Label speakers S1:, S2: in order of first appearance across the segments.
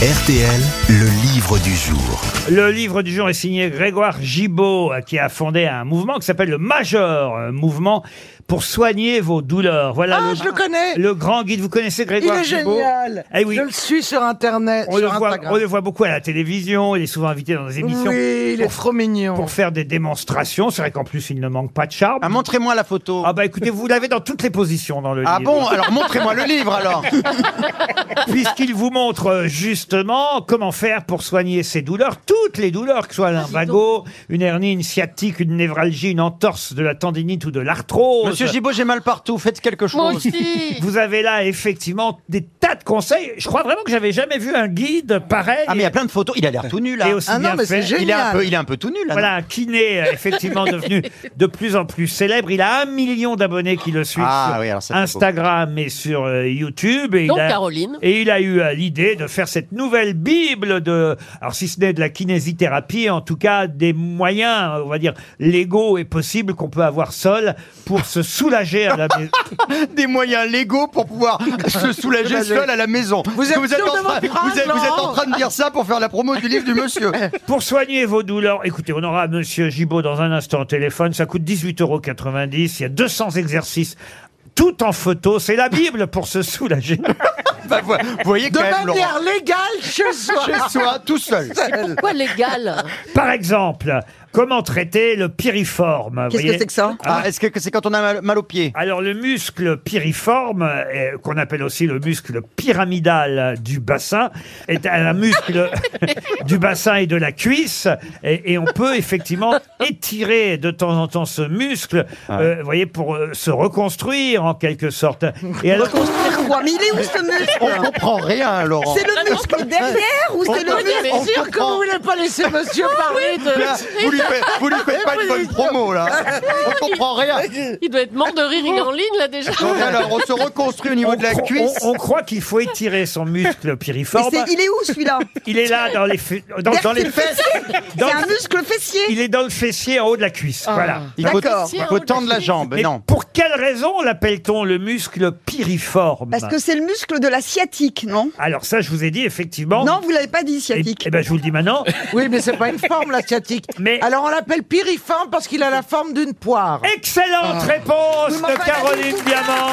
S1: RTL, le livre du jour.
S2: Le livre du jour est signé Grégoire Gibault, euh, qui a fondé un mouvement qui s'appelle le Major, euh, mouvement pour soigner vos douleurs. Voilà
S3: Ah,
S2: le,
S3: je le connais
S2: le grand guide. Vous connaissez
S3: Il
S2: Grégoire
S3: est
S2: Gibault
S3: génial
S2: Eh oui.
S3: Je le suis sur Internet,
S2: on le,
S3: sur
S2: voit,
S3: Instagram.
S2: on le voit beaucoup à la télévision, il est souvent invité dans des émissions
S3: Oui, il est trop mignon.
S2: pour faire des démonstrations. C'est vrai qu'en plus, il ne manque pas de charme.
S4: Ah, montrez-moi la photo.
S2: Ah bah écoutez, vous l'avez dans toutes les positions dans le
S4: Ah
S2: livre.
S4: bon Alors montrez-moi le livre alors.
S2: Puisqu'il vous montre euh, justement comment faire pour soigner ses douleurs, toutes les douleurs, que ce soit un lumbago, une hernie, une sciatique, une névralgie, une entorse, de la tendinite ou de l'arthrose.
S4: Monsieur Gibault, j'ai mal partout, faites quelque chose.
S5: Moi aussi.
S2: vous avez là effectivement des tas de conseils. Je crois vraiment que j'avais jamais vu un guide pareil.
S4: Ah mais il y a plein de photos, il a l'air tout nu là.
S2: et aussi
S3: Ah non,
S2: bien
S3: mais
S2: fait.
S3: c'est génial.
S4: Il est un peu il est un peu tout hein. nu là.
S2: Voilà, un kiné euh, effectivement devenu de plus en plus célèbre. Il a un million d'abonnés qui le suivent
S4: Ah
S2: sur
S4: oui, alors ça, c'est
S2: Instagram et sur euh, YouTube. Et
S5: Donc,
S2: il a,
S5: Caroline.
S2: Et il a eu euh, l'idée de faire cette nouvelle Bible de, alors si ce n'est de la kinésithérapie, en tout cas des moyens, euh, on va dire, légaux et possibles qu'on peut avoir seul pour se soulager à la maison.
S4: non Des moyens légaux pour pouvoir se soulager seul à la maison.
S3: Vous êtes
S4: vous êtes,
S3: sûr
S4: en
S3: de
S4: train,
S3: votre phrase,
S4: vous êtes- vous êtes en
S3: Laurent
S4: train de dire ça pour faire la promo du livre du monsieur.
S2: Pour soigner vos douleurs, écoutez, on aura Monsieur Gibaud dans un instant au téléphone. Ça coûte 18,90 euros. Il y a 200 exercices, tout en photo. C'est la Bible pour se soulager.
S4: Bah, vous vous voyez
S3: De
S4: quand même Laurent.
S3: manière légale, chez soi
S4: Chez soi, tout seul.
S5: Pourquoi légal
S2: Par exemple, comment traiter le piriforme vous voyez
S3: ça
S4: Ah, Est-ce que que c'est quand on a mal, mal au pied
S2: Alors le muscle piriforme, euh, qu'on appelle aussi le muscle pyramidal du bassin, est un muscle du bassin et de la cuisse, et, et on peut effectivement étirer de temps en temps ce muscle, euh, vous voyez, pour euh, se reconstruire en quelque sorte. Et alors,
S3: Mais il est où ce muscle
S4: On comprend rien
S3: Oh.
S4: Laurent.
S6: C'est le muscle derrière ou c'est le
S4: On-
S6: muscle
S3: Bien
S4: on
S3: sûr que
S4: comprend.
S3: vous voulez pas laisser
S2: Ah
S3: monsieur parler de...
S4: Là, Ah, vous lui faites, vous lui faites pas une bonne promo là. On comprend rien.
S5: Il doit être mort de rire, il est en ligne là déjà.
S4: Donc alors on se reconstruit au niveau de la
S2: on-
S4: cuisse.
S2: on, on croit qu'il faut étirer son muscle
S6: Mais
S2: piriforme.
S6: c'est- Il est où celui-là
S2: Il est là dans les, fe- dans, dans les fesses. Dans-
S6: C'est un muscle fessier.
S2: il est dans le fessier en haut de la cuisse. Voilà.
S4: Il faut,
S6: D'accord.
S4: il faut tendre la jambe.
S2: Mais
S4: non.
S2: pour quelle raison l'appelle-t-on le muscle piriforme
S6: Parce que c'est le muscle de la sciatique, non
S2: Alors ça, je vous ai dit effectivement.
S6: Non, vous Ah. l'avez pas dit,
S2: Eh-
S6: sciatique.
S2: Eh ben, je vous le dis maintenant.
S3: Oui, mais c'est pas une forme, l'asiatique.
S2: Mais-
S3: Alors, on l'appelle piriforme parce qu'il a la forme d'une poire.
S2: Excellente
S6: Ah.
S2: réponse
S6: Oui, mais
S2: de
S6: enfin, la
S2: Caroline
S6: vie,
S2: Diamant.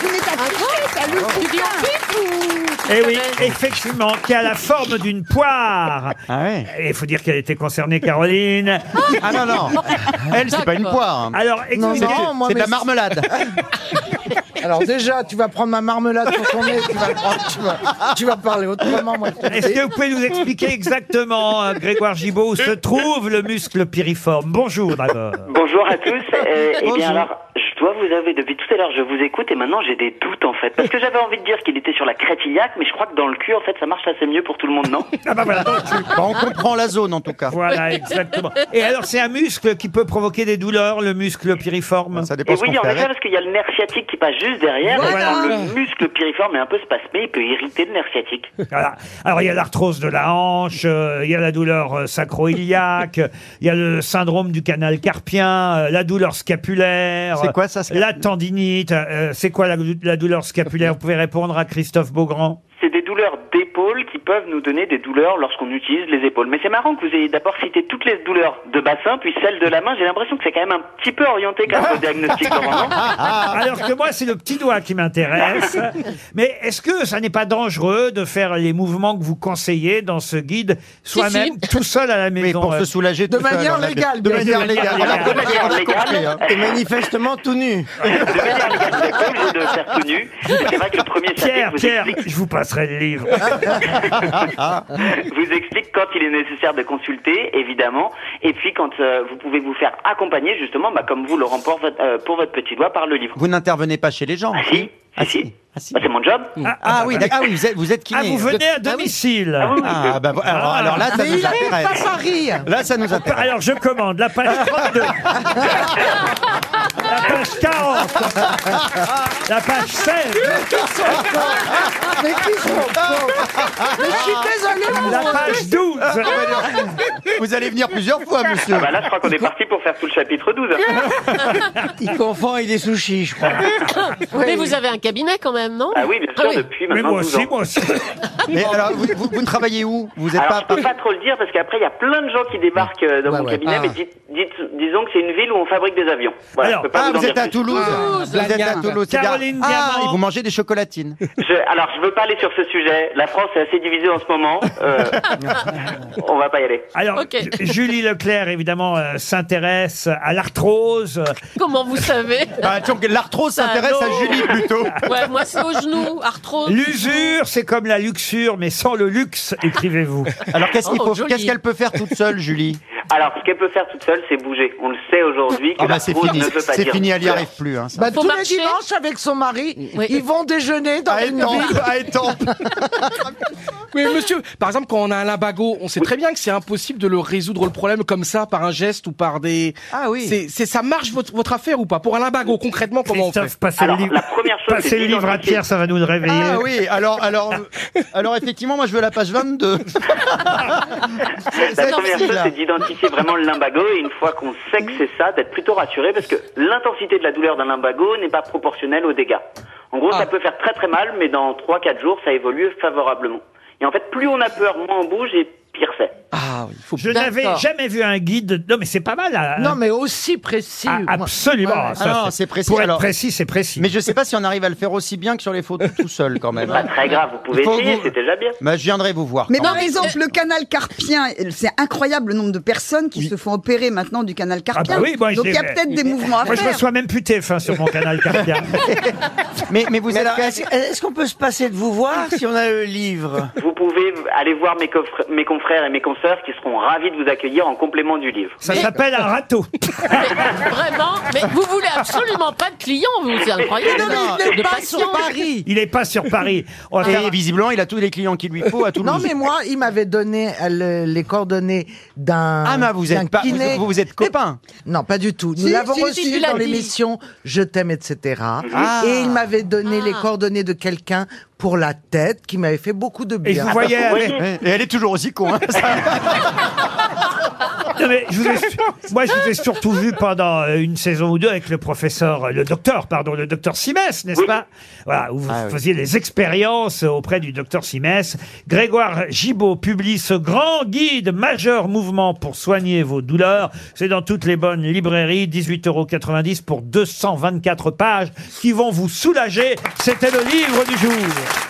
S6: Tu m'es affiché, t'as
S2: Ah
S6: lu le bouquin.
S2: Eh oui, effectivement, qui a la forme d'une poire.
S4: Ah ouais.
S2: Et il faut dire qu'elle était concernée, Caroline.
S4: Ah non, non. Ah Elle, c'est pas une poire. hein.
S2: Alors,
S3: Non,
S2: expliquez-
S3: non, moi,
S4: C'est de
S3: mais
S4: la marmelade.
S3: Alors, déjà, tu vas prendre ma marmelade pour ton nez, tu vas, le prendre, tu vas, tu vas parler autrement, moi. je te
S2: Est-ce
S3: dis.
S2: que vous pouvez nous expliquer exactement, euh, Grégoire Gibault, où se trouve le muscle piriforme Bonjour d'abord.
S7: Bonjour à tous. Euh, eh
S4: Bonjour.
S7: bien alors, je dois vous avouer, depuis tout à l'heure, je vous écoute et maintenant j'ai des doutes en fait. Parce que j'avais envie de dire qu'il était sur la crétillac, mais je crois que dans le cul, en fait, ça marche assez mieux pour tout le monde, non
S2: Ah bah voilà, donc,
S4: Bah, on comprend la zone en tout cas.
S2: voilà, exactement. Et alors, c'est un muscle qui peut provoquer des douleurs, le muscle piriforme
S4: Ça dépend
S7: Et
S4: ce
S7: oui,
S4: qu'on
S7: en
S4: fait
S7: effet,
S4: avec.
S7: parce qu'il y a le nerf sciatique qui passe juste derrière.
S6: Voilà.
S7: Et quand le muscle piriforme est un peu spasmé, il peut irriter le nerf sciatique.
S2: Voilà. Alors, il y a l'arthrose de la hanche, euh, il y a la douleur euh, sacro-iliaque, euh, il y a le syndrome du canal carpien, euh, la douleur scapulaire.
S4: C'est quoi, ça, sca-
S2: La tendinite. euh, c'est quoi la, la douleur scapulaire Vous pouvez répondre à Christophe Beaugrand.
S7: C'est des douleurs d'épaule qui peuvent nous donner des douleurs lorsqu'on utilise les épaules. Mais c'est marrant que vous ayez d'abord cité toutes les douleurs de bassin, puis celle de la main. J'ai l'impression que c'est quand même un petit peu orienté comme le diagnostic normalement.
S2: Alors que moi, c'est le petit doigt qui m'intéresse. Mais est-ce que ça n'est pas dangereux de faire les mouvements que vous conseillez dans ce guide soi-même, tout seul à la
S4: Oui,
S2: maison
S4: pour
S2: euh,
S4: se soulager
S3: De
S4: tout seul,
S3: manière
S4: on a-
S3: légale,
S4: De
S3: bien
S4: manière
S2: sûr.
S4: légale.
S2: Légale.
S4: On a compris, on a
S7: Légale.
S4: compris, hein.
S3: manifestement tout nu.
S7: de manière légale, vous êtes pas obligé de le faire tout nu. C'est vrai que le premier
S2: Pierre,
S7: chapitre vous
S2: Pierre,
S7: explique,
S2: je vous passerai le livre.
S7: vous explique quand il est nécessaire de consulter, évidemment, et puis quand euh, vous pouvez vous faire accompagner, justement, bah, comme vous, Laurent, pour votre, euh, pour votre petit doigt par le livre.
S4: Vous n'intervenez pas chez les gens.
S7: Ah si,
S4: Ah
S7: si,
S4: si. Ah, si.
S7: Bah, c'est mon job.
S4: Ah oui, d'accord. Ah oui, vous êtes, vous êtes kiné.
S2: Ah, vous venez à domicile.
S7: Ah oui,
S4: Ah bah voilà. alors, alors là, ça
S3: Mais
S4: nous
S3: il habite pas
S4: intéresse.
S3: Paris
S4: Là, ça nous intéresse.
S2: Alors je commande la page 32. La page 40 La page 16
S3: Ah, Mais qui sont Ah.
S6: Mais je suis désolée.
S2: La page 12
S4: Vous allez venir plusieurs fois, monsieur.
S7: Ah bah là, je crois qu'on est parti pour faire tout le chapitre 12.
S3: Ah. Il confond et des sushis, je crois.
S5: Mais vous avez un cabinet quand même, non
S7: Ah oui, bien sûr, depuis
S2: Mais
S7: maintenant
S2: moi
S7: 12
S2: aussi,
S7: ans.
S2: moi aussi
S4: Mais alors, vous, vous- vous ne travaillez où Vous n'êtes
S7: Alors,
S4: pas.
S7: je peux pas trop le dire parce qu'après, il y a plein de gens qui débarquent euh, dans
S3: Ouais,
S7: mon
S3: ouais.
S7: cabinet,
S3: Ah.
S7: mais dites, dites- disons que c'est une ville où on fabrique des avions. Voilà,
S2: Alors,
S7: je peux pas
S4: Ah,
S7: vous en
S4: vous êtes
S7: dire
S4: à
S7: plus.
S4: Toulouse. Vous êtes à
S3: Diamant.
S4: Toulouse. c'est bien.
S2: Caroline
S4: Ah,
S2: Diamant.
S4: et vous mangez des chocolatines.
S7: Je- alors, je veux pas aller sur ce sujet. La France est assez divisée en ce moment. Euh, on va pas y aller.
S2: Alors,
S5: Ok.
S2: Ju- Julie Leclerc, évidemment, euh, s'intéresse à l'arthrose.
S5: Comment vous savez
S4: Ah, donc, l'arthrose
S5: Ça,
S4: s'intéresse à
S5: non.
S4: Julie plutôt.
S5: Ouais, moi c'est au genou, arthrose.
S2: L'usure, c'est comme la luxure, mais sans le luxe, écrivez-vous.
S4: Alors, qu'est-ce qu'il
S5: Oh,
S4: faut
S5: joli.
S4: Qu'est-ce qu'elle peut faire toute seule, Julie
S7: Alors, ce qu'elle peut faire toute seule, c'est bouger. On le sait aujourd'hui que
S4: Ah, bah,
S7: la
S4: c'est
S7: route
S4: fini.
S7: ne peut pas
S4: C'est
S7: dire.
S4: fini, elle n'y arrive plus. Hein, ça.
S3: Bah,
S5: Faut
S3: tous
S5: marcher.
S3: les dimanches, avec son mari,
S5: Oui.
S3: ils vont déjeuner dans
S4: À
S3: les
S4: Étampes, à Étampes.
S8: Oui, mais monsieur, par exemple, quand on a un labago, on sait très bien que c'est impossible de le résoudre le problème comme ça, par un geste ou par des.
S3: Ah oui.
S8: C'est, c'est- ça marche votre, votre affaire ou pas Pour un labago, concrètement, comment
S2: Christophe, passez
S7: Alors,
S2: le livre,
S7: la première chose,
S2: passez
S7: c'est
S2: le livre à
S7: d'identifier-
S2: Pierre, ça va nous le réveiller.
S4: Ah oui, alors, alors, alors effectivement, moi je veux la page 22.
S7: La
S4: C'est
S7: première chose,
S4: là.
S7: c'est d'identifier vraiment le lumbago et une fois qu'on sait que c'est ça, d'être plutôt rassuré parce que l'intensité de la douleur d'un lumbago n'est pas proportionnelle aux dégâts. On gros,
S4: Ah.
S7: ça peut faire très très mal, mais dans 3-4 jours, ça évolue favorablement. Et en fait, plus on a peur, moins on bouge et pire c'est.
S8: Ah oui, il faut.
S2: Je n'avais jamais vu un guide. Non, mais c'est pas mal. hein.
S3: Non, mais aussi précis.
S2: Ah,
S3: Moi-
S2: absolument.
S3: Ouais, ouais.
S2: ça,
S4: Ah non,
S2: c'est-
S4: c'est précis,
S2: Pour être
S4: alors.
S2: précis, c'est précis.
S4: Mais je sais pas si on arrive à le faire aussi bien que sur les photos tout seul quand même.
S7: Pas très grave, vous pouvez
S4: Ah. Il faut
S7: essayer,
S4: vous-
S7: c'est déjà bien.
S4: Bah, je viendrai vous voir.
S6: Mais
S4: quand
S6: par
S4: même.
S6: exemple, le canal carpien, c'est incroyable le nombre de personnes qui se font opérer maintenant du canal carpien.
S2: Ah bah oui, moi, je
S6: Donc il y a
S2: l'ai-
S6: peut-être des mouvements à
S2: Moi, je
S6: faire.
S2: reçois même plus TF1 sur mon canal Cardia.
S4: mais, mais vous êtes quel-
S3: qu'on peut se passer de vous voir si on a le livre
S7: Vous pouvez aller voir mes, coffres- mes confrères et mes consoeurs qui seront ravis de vous accueillir en complément du livre.
S2: Ça s'appelle un râteau.
S5: Vraiment, mais vous voulez absolument pas de clients, vous, c'est incroyable.
S3: Non, mais il
S5: de
S3: n'est pas sur
S5: patients.
S3: Paris.
S2: Il n'est pas sur Paris. On va faire
S4: Et visiblement, il a tous les clients qu'il lui faut à Toulouse.
S3: Non, mais moi, il m'avait donné euh, le- les coordonnées d'un.
S4: Ah, mais vous
S3: d'un
S4: êtes pas- vous-
S3: kiné.
S4: vous- vous êtes copains.
S3: Mais- Non, pas du tout. Nous
S5: Si,
S3: l'avons
S5: si,
S3: reçu
S5: si, tu l'as
S3: dans
S5: dit.
S3: l'émission Je t'aime, etc.
S4: Ah.
S3: Et il m'avait donné
S5: Ah.
S3: les coordonnées de quelqu'un pour la tête qui m'avait fait beaucoup de
S2: Et
S3: bien.
S2: vous voyez,
S7: vous
S2: elle-
S7: voyez.
S4: Ouais, Et elle est toujours aussi con. hein.
S2: Non, mais je vous ai su- moi, je vous ai surtout vu pendant euh, une saison ou deux avec le professeur, euh, le docteur, pardon, le docteur Simès, n'est-ce
S7: Oui.
S2: pas Voilà, où vous
S4: Ah oui.
S2: faisiez les expériences auprès du docteur Simès. Grégoire Gibault publie ce grand guide majeur mouvement pour soigner vos douleurs. C'est dans toutes les bonnes librairies, 18,90 euros pour 224 pages qui vont vous soulager. C'était le livre du jour.